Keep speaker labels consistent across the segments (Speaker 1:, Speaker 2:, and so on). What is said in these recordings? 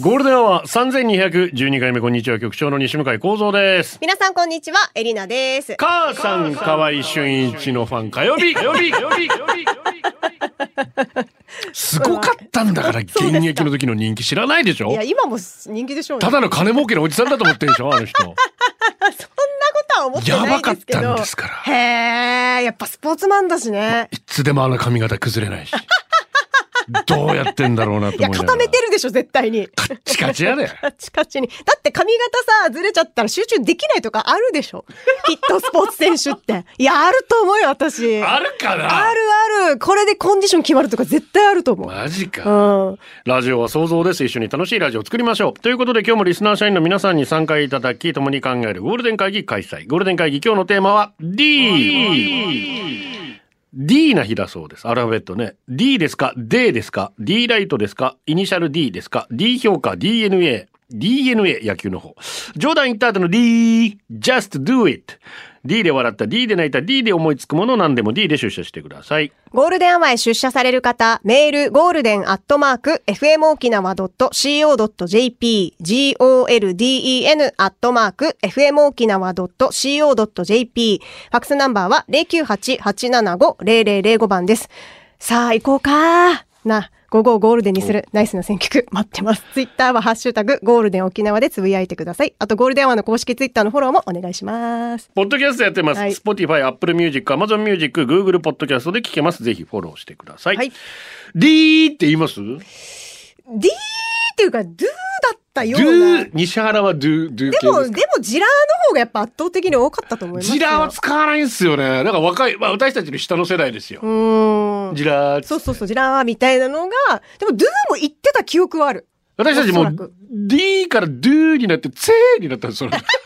Speaker 1: ゴールデンは三千二百十二回目こんにちは局長の西向井光三です。
Speaker 2: 皆さんこんにちは、エリナです。
Speaker 1: 母さん河合俊一のファン火曜日火曜日火曜日火曜日火曜日すごかったんだから現役の時の人気知らないでし
Speaker 2: い
Speaker 1: ょ
Speaker 2: や、。今も人気でしょうね。
Speaker 1: ただの金儲けのおじさんだと思ってるでしょあの人。
Speaker 2: そんなことは思って
Speaker 1: や
Speaker 2: な
Speaker 1: ば
Speaker 2: い
Speaker 1: かっ
Speaker 2: ですけど。
Speaker 1: たんですから。
Speaker 2: へえ、やっぱスポーツマンだしね。
Speaker 1: いつでもあの髪型崩れないし。どうやってんだろうなと
Speaker 2: いや、
Speaker 1: 思いながら。
Speaker 2: 固めてるでしょ、絶対に。
Speaker 1: カッチカチやで。
Speaker 2: カチカチに。だって髪型さ、ずれちゃったら集中できないとかある でしょ。きっとスポーツ選手って。いや、あると思うよ、私。
Speaker 1: あるかな。
Speaker 2: あるある。これでコンディション決まるとか絶対あると思う。
Speaker 1: マジか。
Speaker 2: うん。
Speaker 1: ラジオは想像です。一緒に楽しいラジオを作りましょう。ということで今日もリスナー社員の皆さんに参加いただき、共に考えるゴールデン会議開催。ゴールデン会議今日のテーマは D! D な日だそうです。アルファベットね。D ですか ?D ですか ?D ライトですかイニシャル D ですか ?D 評価 ?DNA。DNA 野球の方。冗談言った後の D。Just do it。D で笑った D で泣いた D で思いつくもの何でも D で出社してください。
Speaker 2: ゴールデンアワーへ出社される方、メール、ゴールデンアットマーク、fmokinawa.co.jp、golden アットマーク、fmokinawa.co.jp、ファックスナンバーは098-875-0005番です。さあ、行こうか。な、午後をゴールデンにするナイスな選曲待ってます。ツイッターはハッシュタグ、ゴールデン沖縄でつぶやいてください。あと、ゴールデンアワーの公式ツイッターのフォローもお願いします。
Speaker 1: ポッドキャストやってます。
Speaker 2: はい
Speaker 1: Spotify、Apple Music、Amazon Music、Google ポッドキャストで聞けます。ぜひフォローしてください。
Speaker 2: はい
Speaker 1: D って言います ?Do、
Speaker 2: D っていうか、Do だったような。
Speaker 1: 西原は Do、Do 系で
Speaker 2: でも、
Speaker 1: す
Speaker 2: で
Speaker 1: か
Speaker 2: も、ジラーの方がやっぱ圧倒的に多かったと思いますよ。
Speaker 1: ジラーは使わないんですよね。なんか若い、まあ私たちの下の世代ですよ
Speaker 2: う。ーん。
Speaker 1: ジラー。
Speaker 2: そうそうそう、ジラーみたいなのが、でも、ドゥも言ってた記憶はある。
Speaker 1: 私たちも
Speaker 2: おそら
Speaker 1: う
Speaker 2: く
Speaker 1: D から Do になって、ツェーになったんですよ。
Speaker 2: 何、ツー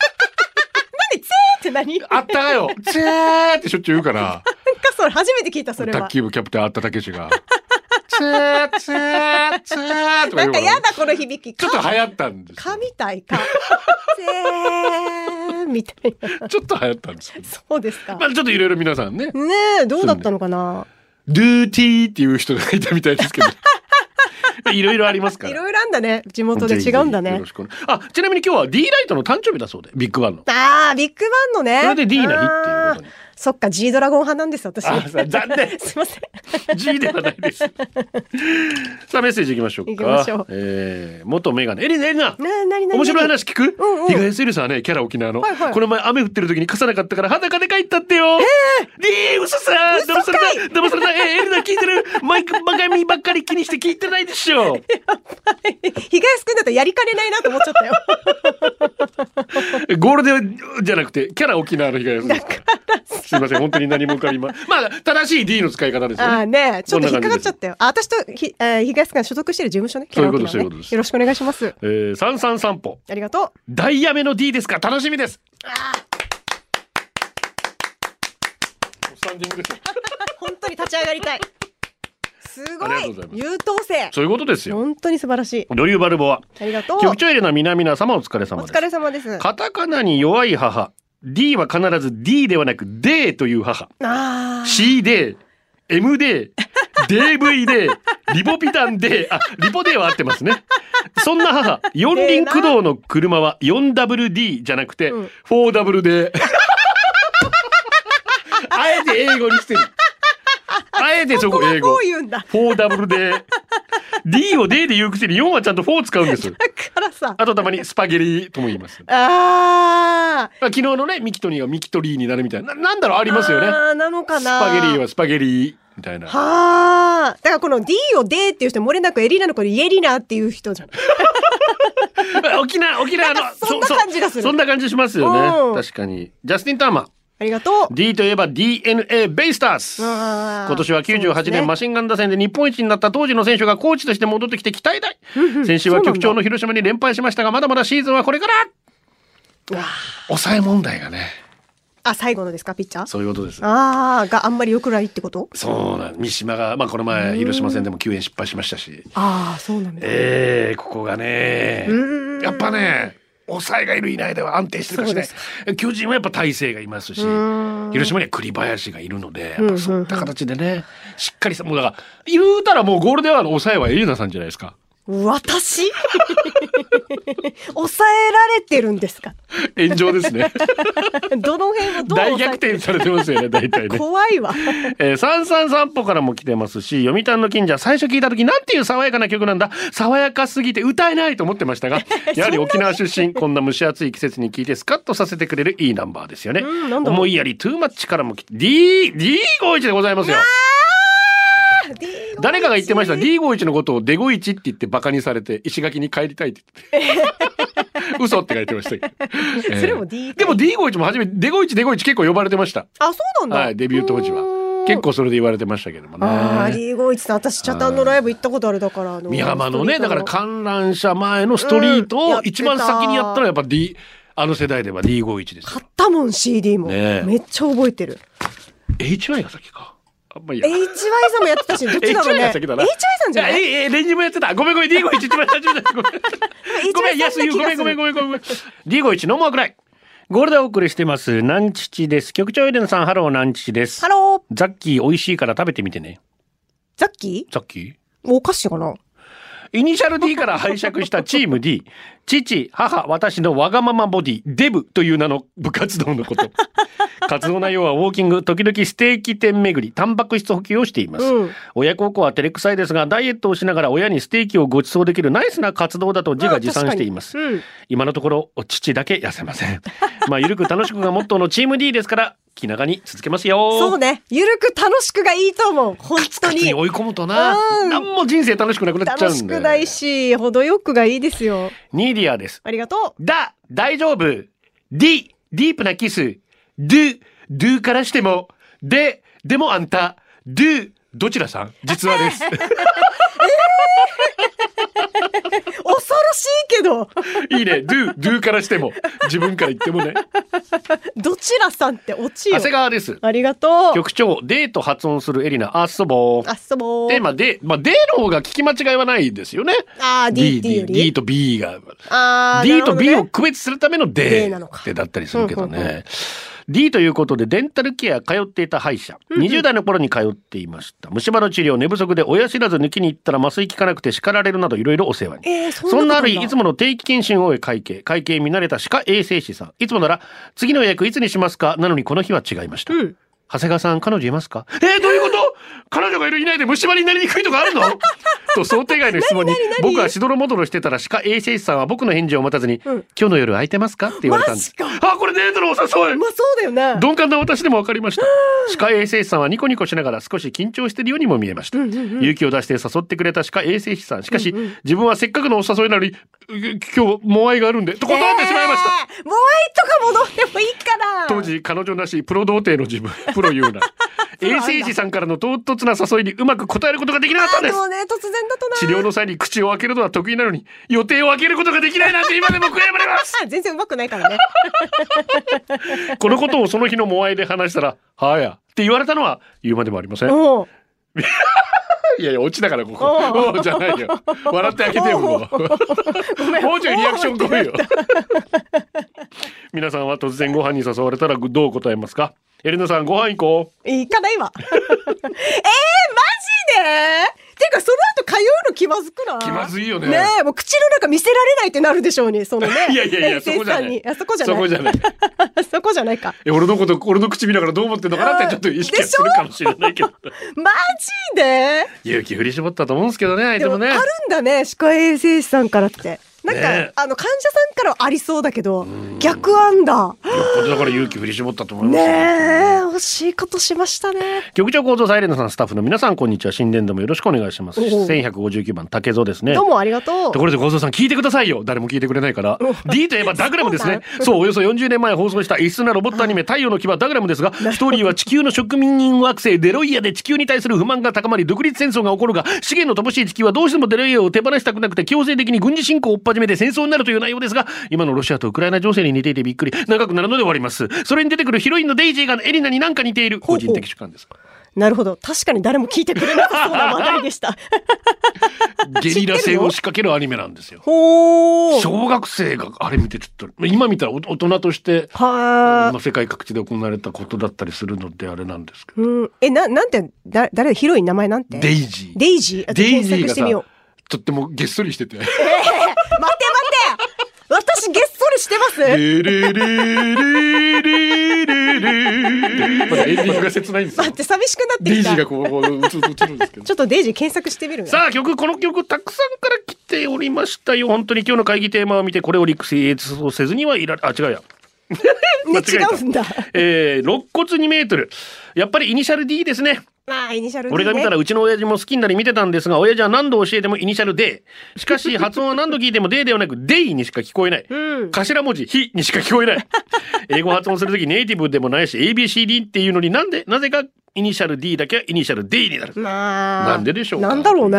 Speaker 2: って何
Speaker 1: あったか よ。ツェーってしょっちゅう言うから、
Speaker 2: なんかそれ、初めて聞いた、それ
Speaker 1: 卓
Speaker 2: は。
Speaker 1: 球部キャプテンあったたけしが。ツェー、ツェー、ツェーとか言う
Speaker 2: なんか
Speaker 1: か
Speaker 2: や
Speaker 1: ら。
Speaker 2: だ、この響き。
Speaker 1: ちょっと流行ったんですよ。
Speaker 2: かみたいか。せーみたいな。
Speaker 1: ちょっと流行ったんですよ。
Speaker 2: そうですか。
Speaker 1: まあ
Speaker 2: ね
Speaker 1: ちょっといろいろ皆さんね、
Speaker 2: え、どうだったのかな
Speaker 1: ドゥーティーっていう人がいたみたいですけ ど。いろいろありますか
Speaker 2: い
Speaker 1: ら。
Speaker 2: ろいろあんだね。地元で違うん
Speaker 1: ぜひぜひよ
Speaker 2: だね
Speaker 1: ろ。しくお願いあ、ちなみに今日は D ライトの誕生日だそうで、ビッグバンの。
Speaker 2: あー、ビッグバンのね。
Speaker 1: それで D の日っていうことに
Speaker 2: あーそっか、G ドラゴン派なんです、私。
Speaker 1: あさ残念
Speaker 2: すいません。
Speaker 1: G ではない です。さあメッセージいきましょうか。
Speaker 2: 行きましょう
Speaker 1: えー元メガネ。エリナ、エリナ
Speaker 2: な、なになに
Speaker 1: 面白い話聞く
Speaker 2: うんうん
Speaker 1: 東 s ルさんはね、キャラ沖縄の。
Speaker 2: はいはい
Speaker 1: この前雨降ってる時に貸さなかったから裸で帰ったってよ。ええー、嘘さ騙された騙されたえー、エリナ聞いてるマイク、マガミばっかり気にして聞いてないでしょ。
Speaker 2: 被害少んだったらやりかねないなと思っちゃったよ。
Speaker 1: ゴールデンじゃなくて、キャラ沖縄の被害です。すいません、本当に何も浮かびま。まあ、正しい D の使い方です
Speaker 2: あ
Speaker 1: よ
Speaker 2: あ
Speaker 1: ね。
Speaker 2: ね、ちょっと引っかかっちゃったよ。あ、私とひ、えー、東館所属してる事務所ね。
Speaker 1: そういうこと
Speaker 2: キャラ
Speaker 1: そういう
Speaker 2: オ
Speaker 1: こ
Speaker 2: ケのね
Speaker 1: とです
Speaker 2: よろしくお願いします。
Speaker 1: えー、三三散歩。
Speaker 2: ありがと
Speaker 1: ダイヤメの D ですか楽しみです。スタンディングですよ
Speaker 2: う。本当に立ち上がりたい。すご
Speaker 1: ありがとう
Speaker 2: い
Speaker 1: ございます
Speaker 2: 優等生。
Speaker 1: そういうことですよ。
Speaker 2: 本当に素晴らしい。
Speaker 1: 女優バルボア。
Speaker 2: ありがとう。
Speaker 1: 局長エレナ南々様お疲れ
Speaker 2: お
Speaker 1: 様です
Speaker 2: 疲。れ様です。あ
Speaker 1: カタカナに弱い母。D は必ず D ではなく D という母。
Speaker 2: あー。
Speaker 1: C で、M で、DV で、リボピタンで、あ、リボでは合ってますね。そんな母、四輪駆動の車は 4WD じゃなくて、
Speaker 2: うん
Speaker 1: 4W で。あえて英語にしてる。あえてそこ英
Speaker 2: こ
Speaker 1: 語
Speaker 2: う。言うんだ。
Speaker 1: 4W で。D を D で言うくせに4はちゃんと4使うんです。
Speaker 2: だからさ。
Speaker 1: あとたまにスパゲリとも言います。
Speaker 2: あー。
Speaker 1: まあ昨日のね、ミキトニーがミキトリーになるみたいな。ななんだろうあ
Speaker 2: あ
Speaker 1: りますよね。
Speaker 2: ーなのか
Speaker 1: ス
Speaker 2: な。
Speaker 1: パゲリーは。スパゲリーみたいな。
Speaker 2: はあ。だからこの D を D っていう人、漏れなくエリナの子でイエリナっていう人じゃん。
Speaker 1: 沖縄、沖縄の
Speaker 2: なんか、そんな感じがする
Speaker 1: そんな感じしますよ
Speaker 2: うん
Speaker 1: ね。確かに。ジャスティン・ターマン。
Speaker 2: ありがとう。
Speaker 1: D といえば DNA ベイスターズ。
Speaker 2: あー
Speaker 1: 今年は
Speaker 2: そう
Speaker 1: 98
Speaker 2: です
Speaker 1: 年、
Speaker 2: ね
Speaker 1: マシンガン打線で日本一になった当時の選手がコーチとして戻ってきて期待 大。先週は局長の広島に連敗しましたが、まだまだシーズンはこれから抑え問題がね。
Speaker 2: あ、最後のですか、ピッチャー
Speaker 1: そういうことです。
Speaker 2: ああ、があんまり良くないってこと
Speaker 1: そうなん三島が、まあ、この前広島戦でも救援失敗しましたし、
Speaker 2: ああ、そうなんだ。
Speaker 1: えー、ここがね
Speaker 2: うーん
Speaker 1: やっぱね抑えがいるいないでは安定してるかしね巨人はやっぱ大勢がいますし
Speaker 2: うーん
Speaker 1: 広島には栗林がいるので
Speaker 2: う
Speaker 1: やっ
Speaker 2: んうんうん
Speaker 1: ぱそういった形でねしっかりしたもうだから言うたらもうゴールデンは抑えはエリナさんじゃないですか
Speaker 2: 私 抑えられてるんですか
Speaker 1: 炎上ですね
Speaker 2: どの辺を どう抑え
Speaker 1: 大逆転されてますよね大体ね。
Speaker 2: 怖 いわ。
Speaker 1: えー、三三散歩からも来てますし、読谷の近所、最初聞いた時、なんていう爽やかな曲なんだ。爽やかすぎて歌えないと思ってま したが、やはり沖縄出身、こんな蒸し暑い季節に聞いてスカッとさせてくれるいいナンバーですよね。
Speaker 2: うんなんだろう
Speaker 1: 思いやり、トゥーマッチからも来て、D、D51 でございますよ。誰かが言ってました。D51 のことをデゴイチって言ってバカにされて、石垣に帰りたいって言 って。嘘って書いてましたけど。えー
Speaker 2: それも D
Speaker 1: でも D51 も初め、デゴイチデゴイチ結構呼ばれてました。
Speaker 2: あ、そうなんだ。
Speaker 1: はい、デビュー当時
Speaker 2: うー
Speaker 1: は
Speaker 2: ん。
Speaker 1: 結。構それで言われてましたけども
Speaker 2: ああ、
Speaker 1: ね。
Speaker 2: リーゴイチさん、私、チャタンのライブ行ったことあるだから。あの
Speaker 1: 美浜の
Speaker 2: ス
Speaker 1: ね、
Speaker 2: ト
Speaker 1: だ
Speaker 2: リート
Speaker 1: から観覧車前のストリー
Speaker 2: うん
Speaker 1: ト
Speaker 2: やっ
Speaker 1: を
Speaker 2: てた
Speaker 1: 一番先にやったのはやっぱ D、あの世代では D51 です
Speaker 2: 買
Speaker 1: よ。
Speaker 2: ったもん、CD も。
Speaker 1: ねえ
Speaker 2: めっちゃ覚えてる。
Speaker 1: HY が先か。あんまいいや。
Speaker 2: HY さんもやってたし、どっちだろう
Speaker 1: HY
Speaker 2: ね。
Speaker 1: が先だな。
Speaker 2: さんじゃない
Speaker 1: いやええ、レンジもやってた。ごめんごめん、D51 一番初めだ。ごめん。ごめん、安い。ごめん、ごめん、ごめん、ごめん。D51 のもくらい。ゴールでお送りしてます。南父です。局長エレンさん、ハロー南父です
Speaker 2: ハ。ロー、
Speaker 1: ザッキー美味しいから食べてみてね。
Speaker 2: ザッキ
Speaker 1: ザッキー
Speaker 2: ーお菓子かな
Speaker 1: イニシャル D から拝借したチーム D 父母私のわがままボディデブという名の部活動の こと活動内容はウォーキング時々ステーキ店巡りタンパク質補給をしています、
Speaker 2: うん
Speaker 1: 親孝行は照れくさいですがダイエットをしながら親にステーキをご馳走できるナイスな活動だと自画自賛しています、
Speaker 2: まあ確かにうん
Speaker 1: 今のところお父だけ痩せませ んまあゆるく楽しくがモットーのチーム D ですから気長に続けますよ
Speaker 2: そうね。ゆるく楽しくがいいと思う。本当
Speaker 1: 勝ち
Speaker 2: に
Speaker 1: に。追い込むとな、
Speaker 2: うん
Speaker 1: 何も人生楽しくなくなっちゃ
Speaker 2: 楽
Speaker 1: う
Speaker 2: し
Speaker 1: んで
Speaker 2: くないし、程よくがいいですよ。
Speaker 1: ニーディアです
Speaker 2: ありがとう。
Speaker 1: だ、大丈夫。D、ディープなキス。do、do からしても。で、でもあんた。do、どちらさん実は です。
Speaker 2: 恐ろしいけど、
Speaker 1: いいね。do、do からしても。自分から言ってもね。
Speaker 2: どちらさんって落ちよ
Speaker 1: 長。谷川です。
Speaker 2: ありがとう。
Speaker 1: 局長、デーと発音するエリナ、あそぼ
Speaker 2: あ、そうも。
Speaker 1: テーマで、まあ、での方が聞き間違いはないですよね。
Speaker 2: あー D D よ
Speaker 1: D、
Speaker 2: り
Speaker 1: D と B が。
Speaker 2: あー
Speaker 1: D と B
Speaker 2: なるほど
Speaker 1: を
Speaker 2: ね
Speaker 1: 区別するための
Speaker 2: D
Speaker 1: D
Speaker 2: なのか
Speaker 1: ってだったりするけど
Speaker 2: うんうんう
Speaker 1: ね。D ということでデンタルケア通っていた歯医者20代の頃に通っていました虫歯の治療寝不足で親知らず抜きに行ったら麻酔効かなくて叱られるなどいろいろお世話に、
Speaker 2: えーそんなこと
Speaker 1: そんなある
Speaker 2: なん
Speaker 1: 日
Speaker 2: だ
Speaker 1: いつもの定期検診を終え会計会計見慣れた歯科衛生士さんいつもなら次の予約いつにしますかなのにこの日は違いました、
Speaker 2: うん
Speaker 1: 長谷川さん彼女いますかえー、どういうこと彼女がいるいないで虫歯になりにくいとかあるのと想定外の質問に僕はしどろもどろしてたら歯科衛生士さんは僕の返事を待たずに、
Speaker 2: うん
Speaker 1: 今日の夜空いてますかって言われたんです
Speaker 2: マジ
Speaker 1: あこれデートのお誘い
Speaker 2: まあそうだよね。
Speaker 1: 鈍感な私でも分かりました歯科衛生士さんはニコニコしながら少し緊張してるようにも見えました、勇気を出して誘ってくれた歯科衛生士さんしかし、自分はせっかくのお誘いなのにう今日もう愛があるんでと断ってしまいました、
Speaker 2: えーもう愛とか戻ってもいいから。
Speaker 1: 当時彼女なしプロ童貞の自分プロ 言うな衛生士さんからの唐突な誘いにうまく応えることができなかったんで
Speaker 2: あ
Speaker 1: す
Speaker 2: もうね、突然だとな。
Speaker 1: 治療の際に口を開けるのは得意なのに予定を開けることができないなんて今でも悔やまれ ます
Speaker 2: あ全然うまくないからね。
Speaker 1: このことをその日のモアイで話したら「はや」って言われたのは言うまでもありません
Speaker 2: おう
Speaker 1: いやいや落ちだからここ
Speaker 2: お
Speaker 1: おうじゃないよ笑ってあげてよもうもうちょいリアクション来いよ皆さんは突然ご飯に誘われたらどう答えますかエレナさんご飯行こう
Speaker 2: 行かないわ。 えー、マジでていうか、その後通うの気まずくない
Speaker 1: 気まずいよね
Speaker 2: ねえ、もう口の中見せられないってなるでしょうに、そのね
Speaker 1: 。いやいやいや、そこじゃな
Speaker 2: 衛
Speaker 1: い
Speaker 2: 生士さんに。あそこじゃない。
Speaker 1: そこじゃない。
Speaker 2: そこじゃないか。
Speaker 1: え俺のこと、俺の口見ながらどう思ってんのかなってちょっと意識はするかもしれないけど。
Speaker 2: マジで
Speaker 1: 勇気振り絞ったと思うんですけどね、相手
Speaker 2: でも
Speaker 1: もね
Speaker 2: あ。るんだね歯科衛生士さんからってなんか、
Speaker 1: ね
Speaker 2: あの患者さんからはありそうだけど逆あんだ
Speaker 1: だから勇気振り絞ったと思い
Speaker 2: ね
Speaker 1: ますよ。
Speaker 2: え惜しいことしましたね
Speaker 1: 局長構造サイレントさん、スタッフの皆さん、こんにちは。新年度もよろしくお願いします。
Speaker 2: おう
Speaker 1: 1159番、竹蔵ですね。
Speaker 2: どうもありがとう
Speaker 1: ところで、構造さん、聞いてくださいよ。誰も聞いてくれないから。D といえばダグラムですね。そうおよそ40年前放送した異質なロボットアニメ、太陽の牙ダグラムですが、ストーリーは地球の植民人惑星デロイアで地球に対する不満が高まり、独立戦争が起こるが、資源の乏しい地球はどうしてもデロイアを手放したくなくて、強制的に軍事侵攻を追っ真面目で戦争になるという内容ですが、今のロシアとウクライナ情勢に似ていてびっくり。長くなるので終わります。それに出てくるヒロインのデイジーがエリナになんか似ている。
Speaker 2: ほうほ
Speaker 1: 個
Speaker 2: う
Speaker 1: 人的主観です。
Speaker 2: なるほど。確かに誰も聞いてくれなさそうな話題でした。
Speaker 1: ゲリラ戦を仕掛けるアニメなんですよ。
Speaker 2: ほー。
Speaker 1: 小学生があれ見てちょっと、今見たらお大人として、
Speaker 2: は
Speaker 1: まあ、世界各地で行われたことだったりするのであれなんですけ
Speaker 2: ー。うん。え、な、なんて、だ、誰、ヒロイン名前なんて
Speaker 1: ど。デイジー。
Speaker 2: デイジーあ
Speaker 1: デイジー
Speaker 2: 検
Speaker 1: が
Speaker 2: 索してみよ
Speaker 1: さ、とってもげっそりしてて。
Speaker 2: う。待て待て私、げっそりしてます
Speaker 1: レレレレレレレまだエンディングが切ないんですよ
Speaker 2: 待っ。て、寂しくなって
Speaker 1: デイ
Speaker 2: き
Speaker 1: ジ
Speaker 2: た。
Speaker 1: ーが
Speaker 2: ち
Speaker 1: こうこう映映るんです けど。
Speaker 2: ょっとデイジー検索してみる
Speaker 1: さあ曲この曲たくさんから来ておりましたよ本当に今日の会議テーマを見てこれを陸成をせずにはいられあ違うや
Speaker 2: ね、
Speaker 1: 間違え
Speaker 2: 違
Speaker 1: た
Speaker 2: うんだ。
Speaker 1: えー、肋骨2メートルやっぱりイニシャル D ですね
Speaker 2: まあ、イニシャル D ね。
Speaker 1: 俺が見たらうちの親父も好きになり見てたんですが親父は何度教えてもイニシャル D しか し発音は何度聞いても D ではなく D にしか聞こえない、
Speaker 2: うん。
Speaker 1: 頭文字「ひ」にしか聞こえない 英語発音する時ネイティブでもないし ABCD っていうのになんでなぜかイニシャル D だけはイニシャル D になる
Speaker 2: まあ。
Speaker 1: なんででしょうか
Speaker 2: なんだろうね。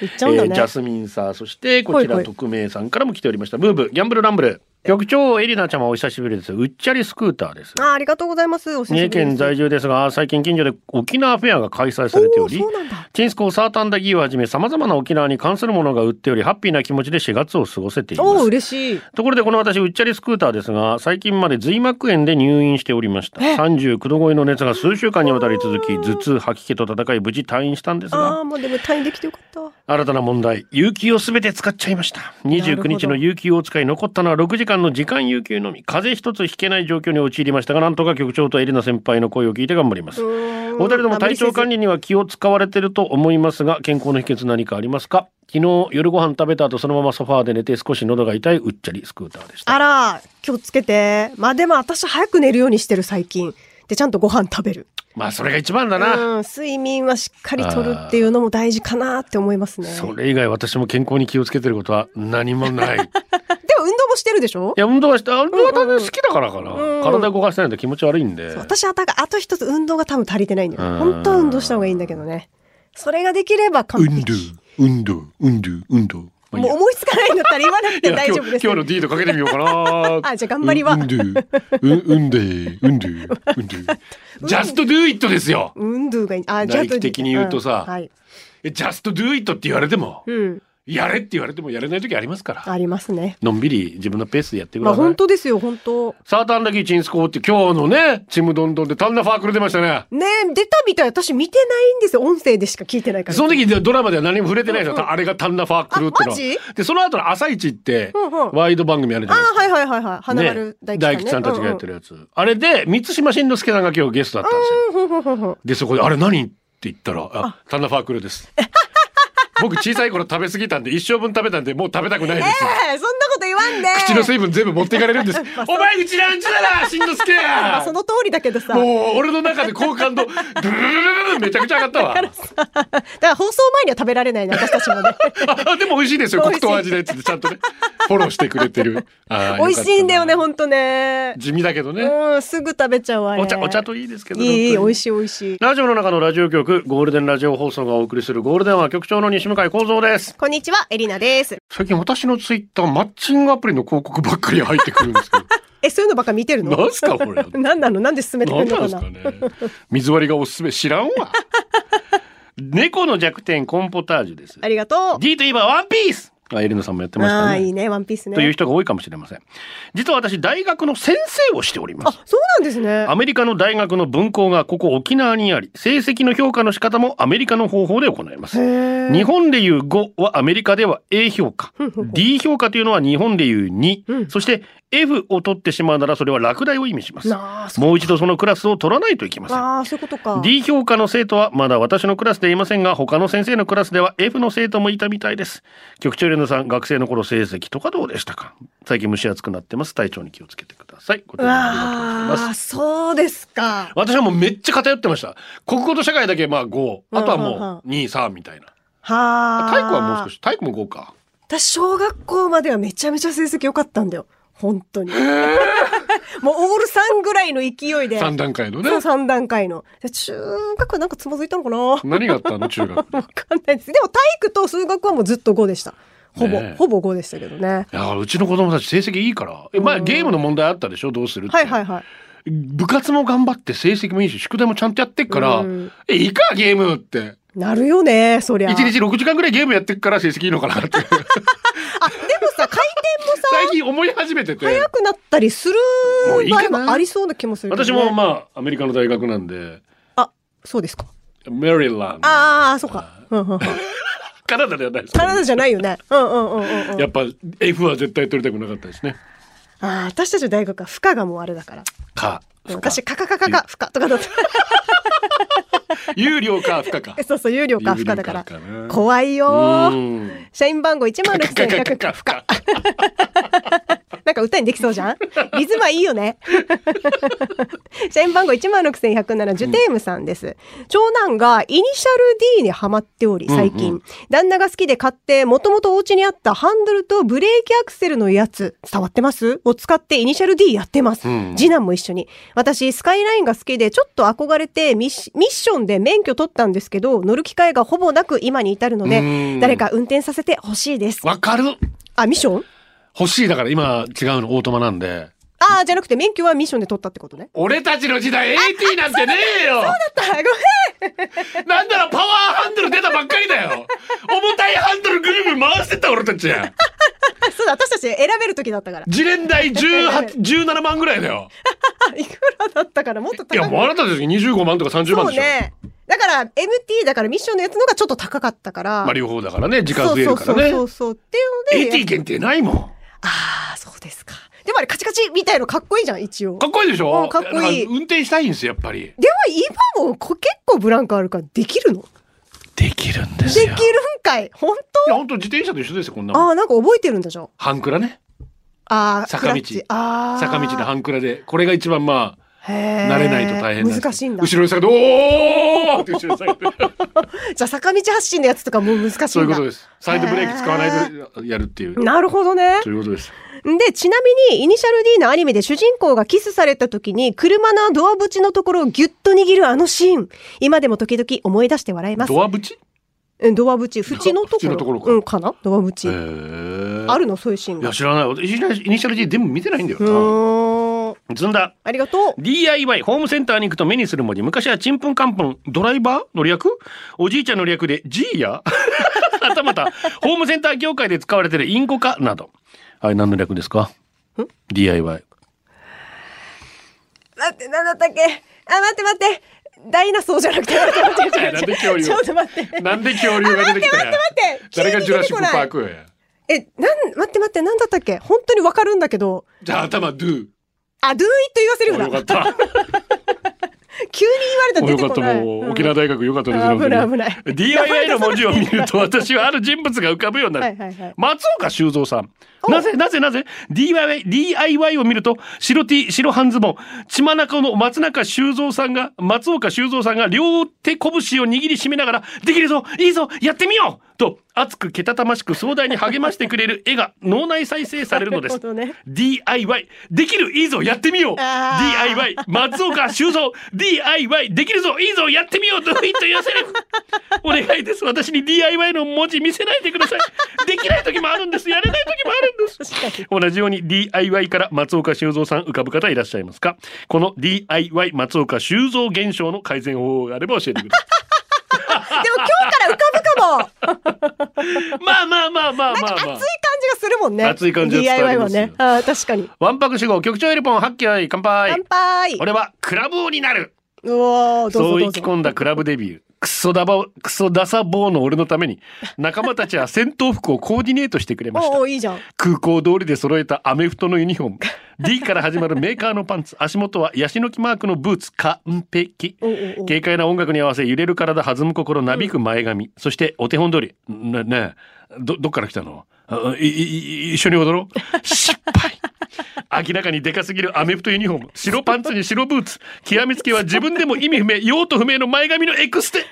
Speaker 2: 言っちゃうんだ
Speaker 1: えージ
Speaker 2: ね
Speaker 1: ャ。スミンさんそしてこち
Speaker 2: はいは
Speaker 1: ら
Speaker 2: い
Speaker 1: 匿名さんからも来ておりましたムーブギャンブルランブル局長エリナちゃまお久しぶりですうっちゃりスクーターです
Speaker 2: あありがとうございます。お久しぶ
Speaker 1: 三重
Speaker 2: りです
Speaker 1: 県在住ですが最近近所で沖縄フェアが開催されており
Speaker 2: おーそうなんだ
Speaker 1: チンスコーサータンダギーをはじめさまざまな沖縄に関するものが売っておりハッピーな気持ちで4月を過ごせていま
Speaker 2: おお、
Speaker 1: す
Speaker 2: 嬉しい。
Speaker 1: ところでこの私うっちゃりスクーターですが最近まで髄膜炎で入院しておりました
Speaker 2: え
Speaker 1: 39度超えの熱が数週間にわたり続き頭痛吐き気と戦い無事退院したんですが
Speaker 2: ああ、もうでも退院できてよかった。
Speaker 1: 新たな問題有給をすべて使っちゃいました
Speaker 2: るほ
Speaker 1: 29
Speaker 2: ど
Speaker 1: 日の有給を使い残ったのは6時間の時間有給のみ風邪一つひけない状況に陥りましたがなんとか局長とエリナ先輩の声を聞いて頑張ります
Speaker 2: ーん
Speaker 1: お二人とも体調管理には気を使われてると思いますが健康の秘訣何かありますか昨日夜ご飯食べた後そのままソファーで寝て少し喉が痛いうっちゃりスクーターでした
Speaker 2: あら、気をつけて。まあでも私早く寝るようにしてる最近。で、ちゃんとご飯食べる。
Speaker 1: まあそれが一番だな、
Speaker 2: うん、睡眠はしっかりとるっていうのも大事かなって思いますね。で
Speaker 1: そ
Speaker 2: も
Speaker 1: れ以外私も健康に気をつけてることは何も ないい
Speaker 2: 運動もしてるでしょ
Speaker 1: や運動はして運動は多分好きだからかな、
Speaker 2: うん
Speaker 1: 体動かしてないと気持ち悪いんで
Speaker 2: 私はだからあと一つ運動が多分足りてないんだよね。
Speaker 1: うん
Speaker 2: 本当は運動した方がいいんだけどね。それができれば完
Speaker 1: 運動
Speaker 2: 璧。
Speaker 1: 運動運動運動まあいい
Speaker 2: もう
Speaker 1: や
Speaker 2: 思いつかないんだったら言わなくて大丈夫
Speaker 1: いや今
Speaker 2: で
Speaker 1: 日
Speaker 2: す。
Speaker 1: 今日の D とかけてみようかな
Speaker 2: あじゃあ頑張りは
Speaker 1: うん運動うん運動運 動運動 Just do it ですよ
Speaker 2: 運動がいい。あ、じゃあ
Speaker 1: 内気的に言うとさ
Speaker 2: んはい。
Speaker 1: え Just do it って言われても
Speaker 2: うん、
Speaker 1: やれって言われてもやれない時ありますから
Speaker 2: ありますね。
Speaker 1: のんびり自分のペースでやってく
Speaker 2: ま
Speaker 1: だ
Speaker 2: あ
Speaker 1: さい
Speaker 2: 本当ですよ、本当。
Speaker 1: サーターアンダギーチンスコーって今日のねちむどんどんでタンナファークル出ましたね
Speaker 2: ねえ、出たみたい。私見てないんですよ。音声でしか聞いてないから。
Speaker 1: その時ドラマでは何も触れてないで
Speaker 2: う
Speaker 1: す
Speaker 2: んう
Speaker 1: よあれがタンナファークルっての
Speaker 2: あマジ
Speaker 1: はでその後の「朝一って
Speaker 2: うんうん
Speaker 1: ワイド番組あるじ
Speaker 2: あ
Speaker 1: ゃないですか
Speaker 2: はいはいはいはい。花丸大吉さん、ね。
Speaker 1: 吉さんたちがやってるやつ、あれで満島真之介さんが今日ゲストだったんですよ、
Speaker 2: うんうん。ふんふんふんふん
Speaker 1: でそこで「あれ何?」って言ったら「あタンナファークルーです」僕小さい頃食べ過ぎたんで一生分食べたんでもう食べたくないです、
Speaker 2: ええそんなこと言わんで。
Speaker 1: 口の水分全部持っていかれるんです お前うちなんちだなしんのすけ
Speaker 2: まあその通りだけどさ。だ
Speaker 1: もう俺の中で好感度ブルルルルルめちゃくちゃ上がったわ
Speaker 2: から放送前には食べられないね、私たちもね。
Speaker 1: あでも美味しいですよ黒糖味のやつでちゃんとねフォローしてくれてるあー
Speaker 2: 美味しいんだよね、
Speaker 1: よかっ
Speaker 2: ほんとね
Speaker 1: た。地味だけどね、
Speaker 2: うん、すぐ食べちゃうあれ。
Speaker 1: お茶お茶といいですけど
Speaker 2: いい、い
Speaker 1: 本
Speaker 2: い、
Speaker 1: 当
Speaker 2: 美
Speaker 1: に
Speaker 2: 味しい美味しい。
Speaker 1: ラジオの中のラジオ局、ゴールデンラジオ放送がお送りするゴールデンは局長の西向井幸三です。
Speaker 2: こんにちは、エリナです。
Speaker 1: 最近私のツイッター、マッチングアプリの広告ばっかり入ってくるんですけ
Speaker 2: え、そういうのばっか見てる
Speaker 1: ど。
Speaker 2: の
Speaker 1: なんすかこれ。
Speaker 2: なんなのなんで進めてく
Speaker 1: な
Speaker 2: る
Speaker 1: ん
Speaker 2: の
Speaker 1: なん
Speaker 2: か
Speaker 1: です
Speaker 2: な
Speaker 1: かね。 水割りがおすすめ。知らんわ。 猫の弱点、コンポタージュです
Speaker 2: あ。りがと
Speaker 1: D といえばワンピースあ、エリナさんもやって
Speaker 2: う。
Speaker 1: ました
Speaker 2: まあ、い
Speaker 1: ね。
Speaker 2: いね、ワンピースね。
Speaker 1: という人が多いかもしれません。実は私、大学の先生をしております
Speaker 2: あ。、そうなんですね。
Speaker 1: アメリカの大学の分校がここ沖縄にあり、成績の評価の仕方もアメリカの方法で行います。日本でいう5はアメリカでは A 評価
Speaker 2: んほんほん
Speaker 1: D 評価というのは日本でいう2、
Speaker 2: うん
Speaker 1: そして F を取ってしまうならそれは落第を意味します
Speaker 2: なあ、そう
Speaker 1: もう一度そのクラスを取らないといけません
Speaker 2: あーそういうことか。
Speaker 1: D 評価の生徒はまだ私のクラスでいませんが他の先生のクラスでは F の生徒もいたみたいです局長レナさん学生の頃成績とかどうでしたか最近蒸し暑くなってます体調に気をつけてくださいご提案ありがとうございます
Speaker 2: ああ、そうですか。
Speaker 1: 私はもうめっちゃ偏ってました国語と社会だけまあ5あとはもう23みたいな
Speaker 2: はあ。
Speaker 1: 体育はもう少。し体育も5か
Speaker 2: 私、小学校まではめちゃめちゃ成績良かったんだよ。本当に。もうオール3ぐらいの勢いで。
Speaker 1: 3段階のね
Speaker 2: そう、3段階の。で中学はなんかつまずいたのかなわ
Speaker 1: 何があったの中学で
Speaker 2: かんないです。でも体育と数学はもうずっと5でした。ほぼ、
Speaker 1: ねえ
Speaker 2: ほぼ5でしたけどね。
Speaker 1: いやうちの子供たち成績いいからえ前ゲームの問題あったでしょどうするって、
Speaker 2: はいはいはい。
Speaker 1: 部活も頑張って成績もいいし宿題もちゃんとやってっから、
Speaker 2: うん
Speaker 1: えいいかゲームって
Speaker 2: なるよね、そりゃ。
Speaker 1: 1日6時間ぐらいゲームやってっから成績いいのかなって
Speaker 2: あ、でもさ、回転もさ、
Speaker 1: 最近思い始めてて
Speaker 2: 早くなったりする
Speaker 1: もういい
Speaker 2: 場
Speaker 1: かな
Speaker 2: 合もありそうな気もするけど
Speaker 1: 私
Speaker 2: ね、
Speaker 1: もまあアメリカの大学なんで
Speaker 2: あ、そうですか。
Speaker 1: メリーランド
Speaker 2: ああ、そうか。うんうんうん。
Speaker 1: カナダではないです
Speaker 2: 体じゃないよね。うんうんうんうんうん。
Speaker 1: やっぱ F は絶対取りたくなかったですね
Speaker 2: ああ、私たちの大学は負荷がもうあれだから。
Speaker 1: か
Speaker 2: 私、カカカカカ、負荷とかだった。
Speaker 1: 有料か不可 か
Speaker 2: そうそう、有料か負荷だから
Speaker 1: 有料か負荷。ね
Speaker 2: 怖いうよー。
Speaker 1: ーん
Speaker 2: 社員番号1万
Speaker 1: かかか
Speaker 2: 6100。
Speaker 1: か 不可
Speaker 2: なんか歌にできそうじゃんリズムはいいよね。社員番号16,107ジュテームさんです。長男がイニシャル D にハマっており、最近。旦那が好きで買って、もともとお家にあったハンドルとブレーキアクセルのやつ、伝わってますを使ってイニシャル D やってます。
Speaker 1: うん
Speaker 2: 次男も一緒に。私、スカイラインが好きで、ちょっと憧れてミッシ、ミッションで免許取ったんですけど、乗る機会がほぼなく今に至るの
Speaker 1: うん
Speaker 2: で、誰か運転させてほしいです。
Speaker 1: わかる
Speaker 2: あ、ミッション
Speaker 1: 欲しいだから今違うのオートマなんで
Speaker 2: ああ、じゃなくて免許はミッションで取ったってこ とね。
Speaker 1: 俺たちの時代 AT なんてねえよ
Speaker 2: だったごめん
Speaker 1: なんならパワーハンドル出たばっかりだよ重たいハンドルぐるぐる回してった俺たち
Speaker 2: そうだ私たち選べる時 だったから
Speaker 1: 次年代18 17万ぐらいだよ
Speaker 2: あいくらだったからもっと
Speaker 1: い
Speaker 2: 高
Speaker 1: やもうあなたたち25万とか30万で
Speaker 2: そう
Speaker 1: しょ、
Speaker 2: ねだから MT だからミッションのやつのがちょっと高かったから
Speaker 1: まあ両方だからね時間増えるからね
Speaker 2: そうそうそうそうっていうので
Speaker 1: AT 限定ないもん
Speaker 2: ああそうですかでもあれカチカチみたいのかっこいいじゃん一応
Speaker 1: かっこいいでし
Speaker 2: う
Speaker 1: ょ
Speaker 2: んかっこいい
Speaker 1: だら運転したいんですよやっぱり
Speaker 2: でも今もこ結構ブランクあるからできるの
Speaker 1: できるんで
Speaker 2: ですきる
Speaker 1: よ
Speaker 2: んかい本
Speaker 1: い
Speaker 2: 当
Speaker 1: や本当自転車と一緒ですよこんな
Speaker 2: あ
Speaker 1: の
Speaker 2: あなんか覚えてるんだじゃん
Speaker 1: 半クラね
Speaker 2: ああ
Speaker 1: 坂道
Speaker 2: クラッチああ
Speaker 1: 坂道の半クラでこれが一番まあ慣
Speaker 2: 慣
Speaker 1: れないと大変なんですよ
Speaker 2: 難しいんだ
Speaker 1: 後
Speaker 2: じ
Speaker 1: ろに下げておーって後ろに下げて
Speaker 2: ゃあ坂道発進のやつとかもう難しいんだ
Speaker 1: そういうことですサイドブレーキ使わないでやるっていう
Speaker 2: なるほどね
Speaker 1: そういうこと です
Speaker 2: で、ちなみに、イニシャル D のアニメで主人公がキスされた時に、車のドア縁のところをギュッと握るあのシーン。今でも時々思い出して笑います。
Speaker 1: ドアぶち
Speaker 2: うんドア縁、縁のところ。
Speaker 1: 縁のところか
Speaker 2: うん、かなドア
Speaker 1: へ
Speaker 2: 縁。
Speaker 1: ー
Speaker 2: あるの、そういうシーン
Speaker 1: い
Speaker 2: が。
Speaker 1: や
Speaker 2: う
Speaker 1: 知らない私イニシャル D 全部見てないんだよな
Speaker 2: ーん。
Speaker 1: ずんだ
Speaker 2: ありがとう。
Speaker 1: DIY ホームセンターに行くと目にする文字昔はちんぷんかんぷんドライバーの略おじいちゃんの略で G や はたまたホームセンター業界で使われてるインコ化などはい何の略ですか DIY
Speaker 2: 待って、なんだったっけあ、待って待って。ダイナソーじゃな くて、待って待って
Speaker 1: なん
Speaker 2: 待
Speaker 1: で
Speaker 2: って
Speaker 1: 恐竜
Speaker 2: ちょっと待って。
Speaker 1: なんで恐竜が出てきたや
Speaker 2: あ待って待って待って
Speaker 1: 誰がジュラシックパー
Speaker 2: 急
Speaker 1: クや
Speaker 2: え、なん、待って待って、なんだったっけ本当にわかるんだけど。
Speaker 1: じゃあ頭ドゥ
Speaker 2: あ、ドゥーイット言わせる
Speaker 1: およ
Speaker 2: よ
Speaker 1: か
Speaker 2: な
Speaker 1: っ。た
Speaker 2: 急に言われたら
Speaker 1: お
Speaker 2: 出
Speaker 1: よ
Speaker 2: て
Speaker 1: かっ
Speaker 2: こ
Speaker 1: た
Speaker 2: ない。
Speaker 1: も
Speaker 2: う
Speaker 1: うん沖縄大学よかったです
Speaker 2: あ危ない危ない
Speaker 1: 本当に DIY の文字を見ると私はある人物が浮かぶようになる、
Speaker 2: はいはいはい
Speaker 1: 松岡修造さんなぜなぜなぜ DIY, DIY を見ると白 T 白半ズボン血まなこの松中修造さんが松岡修造さんが両手拳を握りしめながら「できるぞいいぞやってみよう!」と熱くけたたましく壮大に励ましてくれる絵が脳内再生されるのです
Speaker 2: なるほどね
Speaker 1: DIY できるいいぞやってみよう
Speaker 2: あー
Speaker 1: DIY 松岡修造 DIY できるぞいいぞやってみようドゥイットヨセ ルフお願いです私に DIY の文字見せないでくださいできない時もあるんですやれない時もあるんです
Speaker 2: 確かに。
Speaker 1: 同じように DIY から松岡修造さん浮かぶ方いらっしゃいますかこの DIY 松岡修造現象の改善方法があれば教えてくださ
Speaker 2: でも今日から浮かぶかも。
Speaker 1: いまあまあまあまあまあまあ
Speaker 2: 熱い感じがするもんね。
Speaker 1: 熱い感じが伝わり
Speaker 2: DIY
Speaker 1: ま
Speaker 2: は
Speaker 1: すよ
Speaker 2: ね。ああ確かに。
Speaker 1: ワンパク主語局長エルポン発揮はい乾杯
Speaker 2: 乾杯。
Speaker 1: 俺はクラブ王になる
Speaker 2: うおーどう
Speaker 1: そ
Speaker 2: ぞ
Speaker 1: う
Speaker 2: どう
Speaker 1: 意気
Speaker 2: ぞ。
Speaker 1: 込んだクラブデビュー。クソダバ、クソダサ棒の俺のために、仲間たちは戦闘服をコーディネートしてくれました
Speaker 2: お。おいいじゃん。
Speaker 1: 空港通りで揃えたアメフトのユニフォーム D から始まるメーカーのパンツ足元はヤシの木マークのブーツ完璧
Speaker 2: おうおう
Speaker 1: 軽快な音楽に合わせ揺れる体弾む心なびく前髪、そしてお手本通りねねえどどっから来たのあいいい一緒に踊ろう失敗明らかにでかすぎるアメフトユニフォーム白パンツに白ブーツ極めつけは自分でも意味不明用途不明の前髪のエクステ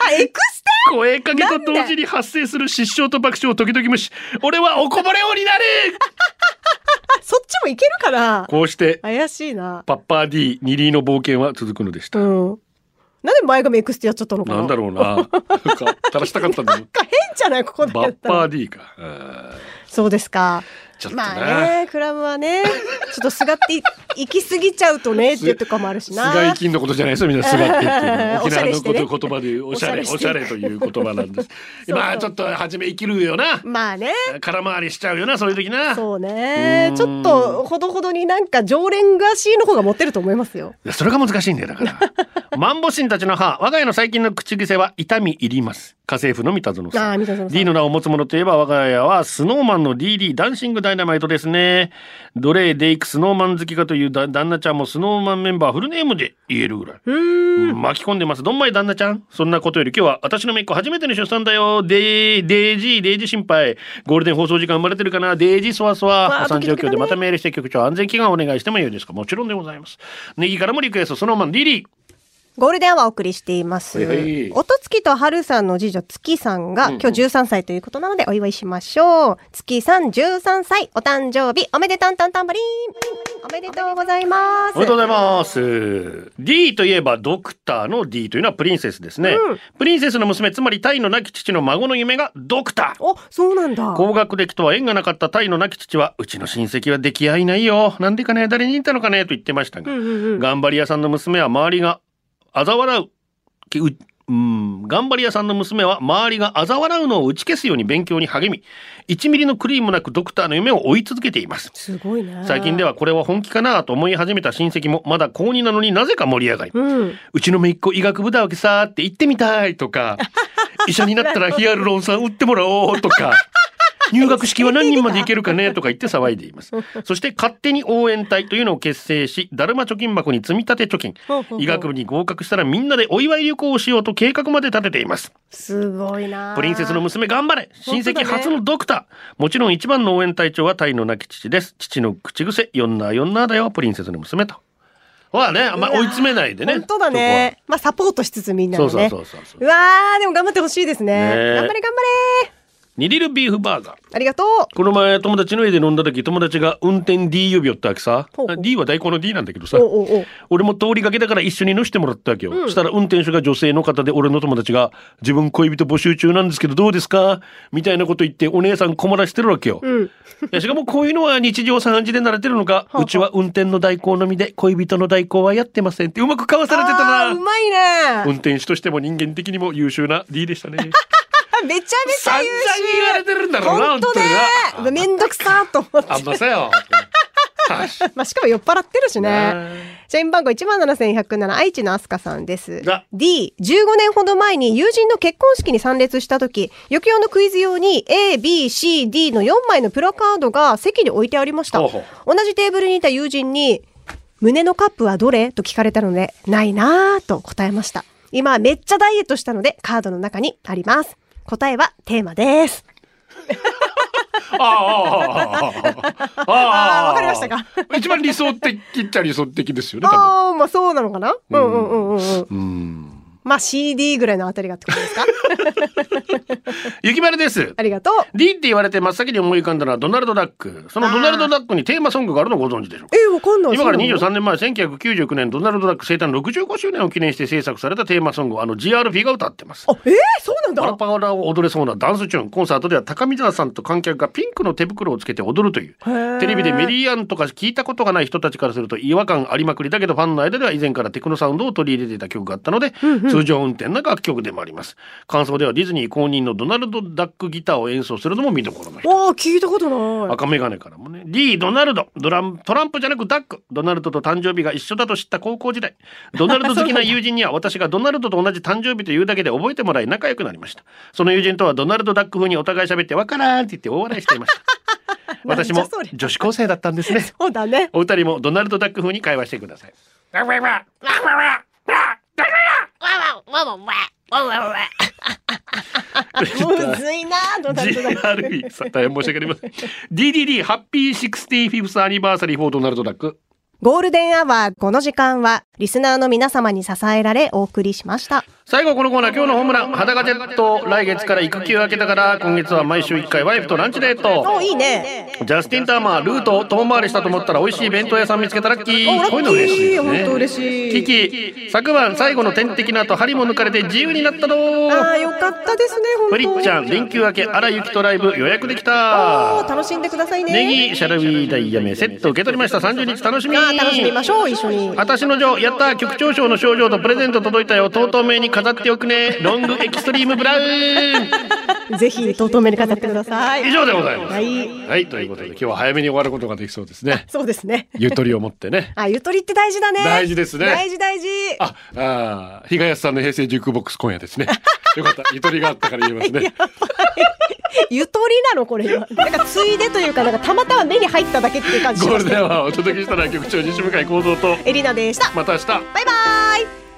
Speaker 2: あエクス
Speaker 1: 声かけと同時に発生する失笑と爆笑を時々無視俺はおこぼれ王になれ
Speaker 2: タそっちもいけるかな。
Speaker 1: こうして
Speaker 2: 怪しいな。
Speaker 1: パッパー D 二輪の冒険は続くのでした。
Speaker 2: うん。なんで前髪 X ってやっちゃったのかな
Speaker 1: なんだろうな。なんか垂らしたかったんだ
Speaker 2: な
Speaker 1: け
Speaker 2: ん
Speaker 1: ど。
Speaker 2: か変じゃないここだ
Speaker 1: バ
Speaker 2: け
Speaker 1: ッパ
Speaker 2: だ
Speaker 1: ー
Speaker 2: った
Speaker 1: D か。うん
Speaker 2: そうですか。
Speaker 1: ちょっとな。
Speaker 2: まあね、クラブはね、ちょっとすがってい行き過ぎちゃうとねっていうとこもあるしな。
Speaker 1: 菅井金のことじゃないですよ、みんな、すがってっていうの
Speaker 2: お
Speaker 1: 沖
Speaker 2: しゃ
Speaker 1: 縄
Speaker 2: れ
Speaker 1: の
Speaker 2: してね
Speaker 1: こと言葉で言うおしゃれ、お
Speaker 2: お
Speaker 1: し
Speaker 2: し
Speaker 1: ゃ
Speaker 2: ゃ
Speaker 1: れ
Speaker 2: れ
Speaker 1: という言葉なんです。
Speaker 2: そう
Speaker 1: まあ、ちょっと、初め生きるよな。
Speaker 2: まあね。
Speaker 1: 空回りしちゃうよな、そういう時な。
Speaker 2: そうね
Speaker 1: うん。
Speaker 2: ちょっと、ほどほどになんか常連が C の方が持ってると思いますよ。
Speaker 1: いやそれが難しいんだよだ からマンボシンたちの歯我が家の最近の口癖は痛み入ります家政婦の三田園
Speaker 2: あ
Speaker 1: さ
Speaker 2: あ、
Speaker 1: ん
Speaker 2: 三田園さ
Speaker 1: D
Speaker 2: ん。
Speaker 1: の名を持つ者といえば我が家はスノーマンの DD ダンシングダイナマイトですね奴隷でいくスノーマン好きかというだ旦那ちゃんもスノーマンメンバーフルネームで言えるぐらい巻き込んでますどんまい旦那ちゃんそんなことより今日は私の姪っ子初めての出産だよデーデージーデージー心配ゴールデン放送時間生まれてるかなデージーそわそわ
Speaker 2: わあ
Speaker 1: 破産状
Speaker 2: ドキド
Speaker 1: 況
Speaker 2: キだ
Speaker 1: で
Speaker 2: ね
Speaker 1: またメールして局長安全祈願お願いしてもよいですかもちろんでございますネギからもリクエストそのままリリー
Speaker 2: ゴールデンはお送りしています。
Speaker 1: はいはい
Speaker 2: 音月と春さんの次女月さんが
Speaker 1: うんうん
Speaker 2: 今日13歳ということなのでお祝いしましょう。月さん13歳、お誕生日、おめでたんたんたんばりーん。おめでとうございます。
Speaker 1: おめでとうございます。D といえばドクターの D というのはプリンセスですね。プリンセスの娘、つまりタイの亡き父の孫の夢がドクター。
Speaker 2: お、そうなんだ。
Speaker 1: 高学歴とは縁がなかったタイの亡き父は、うちの親戚は出来合いないよ。なんでかね、誰に言ったのかね、と言ってましたが、
Speaker 2: うんうんうん。
Speaker 1: 頑張り屋さんの娘は周りが嘲笑う。きううん、頑張り屋さんの娘は周りが嘲笑うのを打ち消すように勉強に励み、1ミリのクリームなくドクターの夢を追い続けています。
Speaker 2: すごいね。
Speaker 1: 最近ではこれは本気かなと思い始めた親戚もまだ高2なのになぜか盛り上がり、う
Speaker 2: うん。
Speaker 1: ちの姪っ子医学部だわけさーって行ってみたいと か医者になったらヒアルロン酸打ってもらおうと か入学式は何人まで行けるかねとか言って騒いでい ますそして勝手に応援隊というのを結成しだるま貯金箱に積み立て貯金
Speaker 2: ほうほうほう
Speaker 1: 医学部に合格したらみんなでお祝い旅行をしようと計画まで立てています
Speaker 2: すごいな。
Speaker 1: プリンセスの娘頑張れ親
Speaker 2: 本当だ
Speaker 1: 戚
Speaker 2: ね
Speaker 1: 初のドクター、もちろん一番の応援隊長はタイの亡き父です父の口癖「よんなよんなだよプリンセスの娘」とはねあんま追い詰めないでね
Speaker 2: 本当だね。まあ、サポートしつつみんな
Speaker 1: そこ
Speaker 2: の
Speaker 1: は
Speaker 2: ね。
Speaker 1: そうそうそうそう
Speaker 2: うわー、でも頑張ってほしいですね。
Speaker 1: ねえ
Speaker 2: 頑張れ頑張れ
Speaker 1: ニリルビーフバーガー
Speaker 2: ありがとう。
Speaker 1: この前友達の家で飲んだ時友達が運転 D 呼びよったわけさ
Speaker 2: ほうほう
Speaker 1: D は大根の D なんだけどさ
Speaker 2: おうおうおう
Speaker 1: 俺も通りがけだから一緒に乗してもらったわけよ、そしたら運転手が女性の方で俺の友達が「自分恋人募集中なんですけどどうですか?」みたいなこと言ってお姉さん困らしてるわけよ、
Speaker 2: うん。
Speaker 1: いやしかもこういうのは日常茶飯事で慣れてるのか、
Speaker 2: あはあ
Speaker 1: うちは運転の代行のみで恋人の代行はやってませんってうまくかわされて
Speaker 2: あー
Speaker 1: た
Speaker 2: う
Speaker 1: な。
Speaker 2: まいね。
Speaker 1: 運転手としても人間的にも優秀な D で したね。
Speaker 2: あめちゃめちゃ
Speaker 1: 散
Speaker 2: 優
Speaker 1: 々言われ
Speaker 2: 秀。
Speaker 1: てるんだろうな、
Speaker 2: 本当
Speaker 1: 本当
Speaker 2: ね。
Speaker 1: にな。
Speaker 2: めんどくさーと思って。
Speaker 1: あんまさ よ。はい
Speaker 2: まあ、しかも酔っ払ってるしね。
Speaker 1: ね
Speaker 2: 社員番号17107愛知のアスカさんです
Speaker 1: が。
Speaker 2: D、15年ほど前に友人の結婚式に参列した時、余興のクイズ用に A、B、C、D の4枚のプラカードが席に置いてありました。
Speaker 1: ほう
Speaker 2: 同
Speaker 1: ほう
Speaker 2: じテーブルにいた友人に、胸のカップはどれと聞かれたので、ないなぁと答えました。今はめっちゃダイエットしたので、カードの中にあります。答えはテーマです。
Speaker 1: ああああああああ
Speaker 2: あーわかりましたか。
Speaker 1: 一番理想的っちゃ理想的ですよね。多分
Speaker 2: ああー、まあそうなのかなうんうんうんうんうん。
Speaker 1: うん。
Speaker 2: まあ CD ぐらいのあたりがってことですか
Speaker 1: 雪丸です。
Speaker 2: ありがとう。
Speaker 1: D って言われて真っ先に思い浮かんだのはドナルドダック。そのドナルドダックにテーマソングがあるのをご存知でしょうか
Speaker 2: えー、わかんない。
Speaker 1: 今から23
Speaker 2: そう
Speaker 1: 年前1999年ドナルド・ダック生誕65周年を記念して制作されたテーマソングをあの GRP が歌ってます。
Speaker 2: なのあ、えー、そうなん
Speaker 1: パラ
Speaker 2: だ。
Speaker 1: パラを踊れそうなダンスチューンコンサートでは高見沢さんと観客がピンクの手袋をつけて踊るという
Speaker 2: へー
Speaker 1: テレビでメリーアンとか聞いたことがない人たちからすると違和感ありまくりだけどファンの間では以前からテクノサウンドを取り入れていた曲があったので、通常運転な楽曲でもあります感想ではディズニー公認のドナルド・ダックギターを演奏するのも見どころの一つ
Speaker 2: わあ、聞いたことない。
Speaker 1: 赤眼鏡からもね D ドナルドドラントランプじゃなくダックドナルドと誕生日が一緒だと知った高校時代ドナルド好きな友人には私がドナルドと同じ誕生日というだけで覚えてもらい仲良くなりましたその友人とはドナルドダック風にお互い喋ってわからんって言って大笑いしていました私
Speaker 2: な
Speaker 1: も
Speaker 2: んじゃそれ
Speaker 1: 女子高生だったんですね
Speaker 2: そうだね。
Speaker 1: お二人もドナルドダック風に会話してください
Speaker 2: むずいなー、どうだどうだ。
Speaker 1: GRE さん大変申し訳ありません DDD ハッピー 65th アニバーサリー4ドナルドダック
Speaker 2: ゴールデンアワー、この時間は、リスナーの皆様に支えられお送りしました。
Speaker 1: 最後このコーナー今日のホームラン裸ジェット来月から育休明けたから今月は毎週1回ワイフとランチデー
Speaker 2: お
Speaker 1: ト
Speaker 2: いいね。
Speaker 1: ジャスティン・ターマールートを遠回りしたと思ったら美味しい弁当屋さん見つけたラッキ
Speaker 2: お
Speaker 1: ー
Speaker 2: ラッキー
Speaker 1: こういうの嬉しいよ
Speaker 2: 本当
Speaker 1: ね
Speaker 2: 嬉しい。
Speaker 1: キキ昨晩最後の天敵の後針も抜かれて自由になったの
Speaker 2: ああよかったですね本当。
Speaker 1: プリッちゃん連休明け荒雪とライブ予約でき
Speaker 2: お
Speaker 1: た
Speaker 2: ー楽しんでくださいね。
Speaker 1: ネギシャルウィーダイヤメセット受け取りました30日楽しみ
Speaker 2: あー楽しみましょう一緒に。
Speaker 1: 私の女やった局長賞の賞状とプレゼント届いたよとうとう名に飾っておくねロングエキストリームブラウン
Speaker 2: ぜひととめに飾ってください。
Speaker 1: 以上でございます
Speaker 2: はい
Speaker 1: はいということで今日は早めに終わることができそうですね
Speaker 2: そうですね。
Speaker 1: ゆとりを持ってね
Speaker 2: あゆとりって大事だね。
Speaker 1: 大事ですね
Speaker 2: 大事大事。
Speaker 1: ああー日賀康さんの平成ジュークボックス今夜ですねよかったゆとりがあったから言えます ね
Speaker 2: ゆとりなのこれ今。なんかついでというかなんかたまたま目に入っただけっていう感
Speaker 1: ゴ
Speaker 2: じし
Speaker 1: ー
Speaker 2: ま
Speaker 1: ル
Speaker 2: す
Speaker 1: デ
Speaker 2: ね。
Speaker 1: ンはお届けしたら局長西向井幸三と
Speaker 2: エリナでした。
Speaker 1: また明日
Speaker 2: バイバイ。